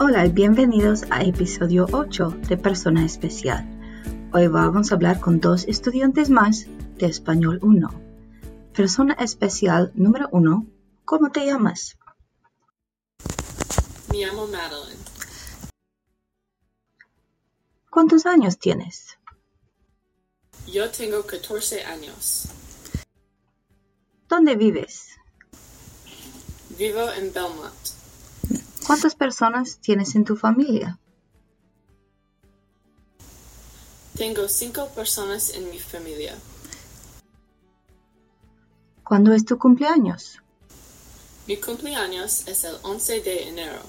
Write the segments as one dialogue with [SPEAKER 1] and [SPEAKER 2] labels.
[SPEAKER 1] Hola y bienvenidos a episodio 8 de Persona Especial. Hoy vamos a hablar con dos estudiantes más de Español 1. Persona Especial número 1, ¿cómo te llamas?
[SPEAKER 2] Me llamo Madeline.
[SPEAKER 1] ¿Cuántos años tienes?
[SPEAKER 2] Yo tengo 14 años.
[SPEAKER 1] ¿Dónde vives?
[SPEAKER 2] Vivo en Belmont.
[SPEAKER 1] ¿Cuántas personas tienes en tu familia?
[SPEAKER 2] Tengo cinco personas en mi familia.
[SPEAKER 1] ¿Cuándo es tu cumpleaños?
[SPEAKER 2] Mi cumpleaños es el 11 de enero.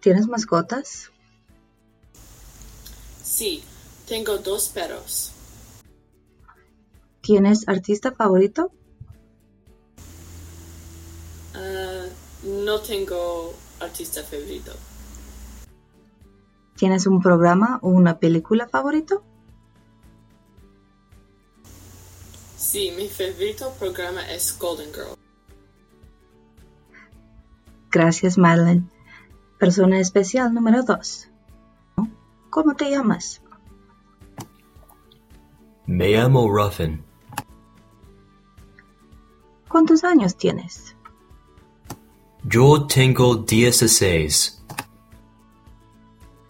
[SPEAKER 1] ¿Tienes mascotas?
[SPEAKER 2] Sí, tengo dos perros.
[SPEAKER 1] ¿Tienes artista favorito?
[SPEAKER 2] Ah, no tengo artista favorito.
[SPEAKER 1] ¿Tienes un programa o una película favorito?
[SPEAKER 2] Sí, mi favorito programa es Golden Girl.
[SPEAKER 1] Gracias, Madeline. Persona especial número 2. ¿Cómo te llamas?
[SPEAKER 3] Me llamo Ruffin.
[SPEAKER 1] ¿Cuántos años tienes?
[SPEAKER 3] Yo tengo 16.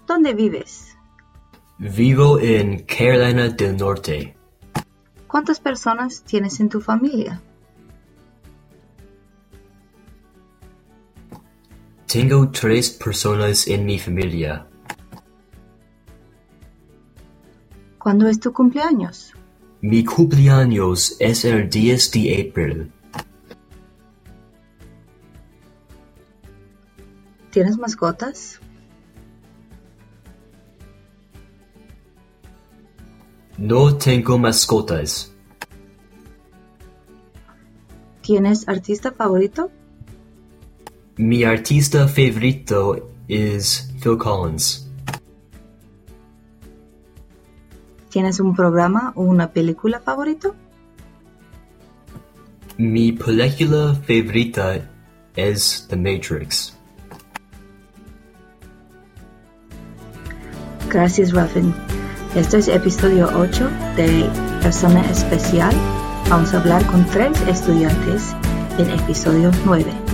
[SPEAKER 1] ¿Dónde vives?
[SPEAKER 3] Vivo en Carolina del Norte.
[SPEAKER 1] ¿Cuántas personas tienes en tu familia?
[SPEAKER 3] Tengo tres personas en mi familia.
[SPEAKER 1] ¿Cuándo es tu cumpleaños?
[SPEAKER 3] Mi cumpleaños es el 10 de abril.
[SPEAKER 1] ¿Tienes mascotas?
[SPEAKER 3] No tengo mascotas.
[SPEAKER 1] ¿Tienes artista favorito?
[SPEAKER 3] Mi artista favorito is Phil Collins.
[SPEAKER 1] ¿Tienes un programa o una película favorito?
[SPEAKER 3] Mi película favorita es The Matrix.
[SPEAKER 1] Gracias, Ruffin. Este es episodio 8 de Persona Especial. Vamos a hablar con tres estudiantes en episodio 9.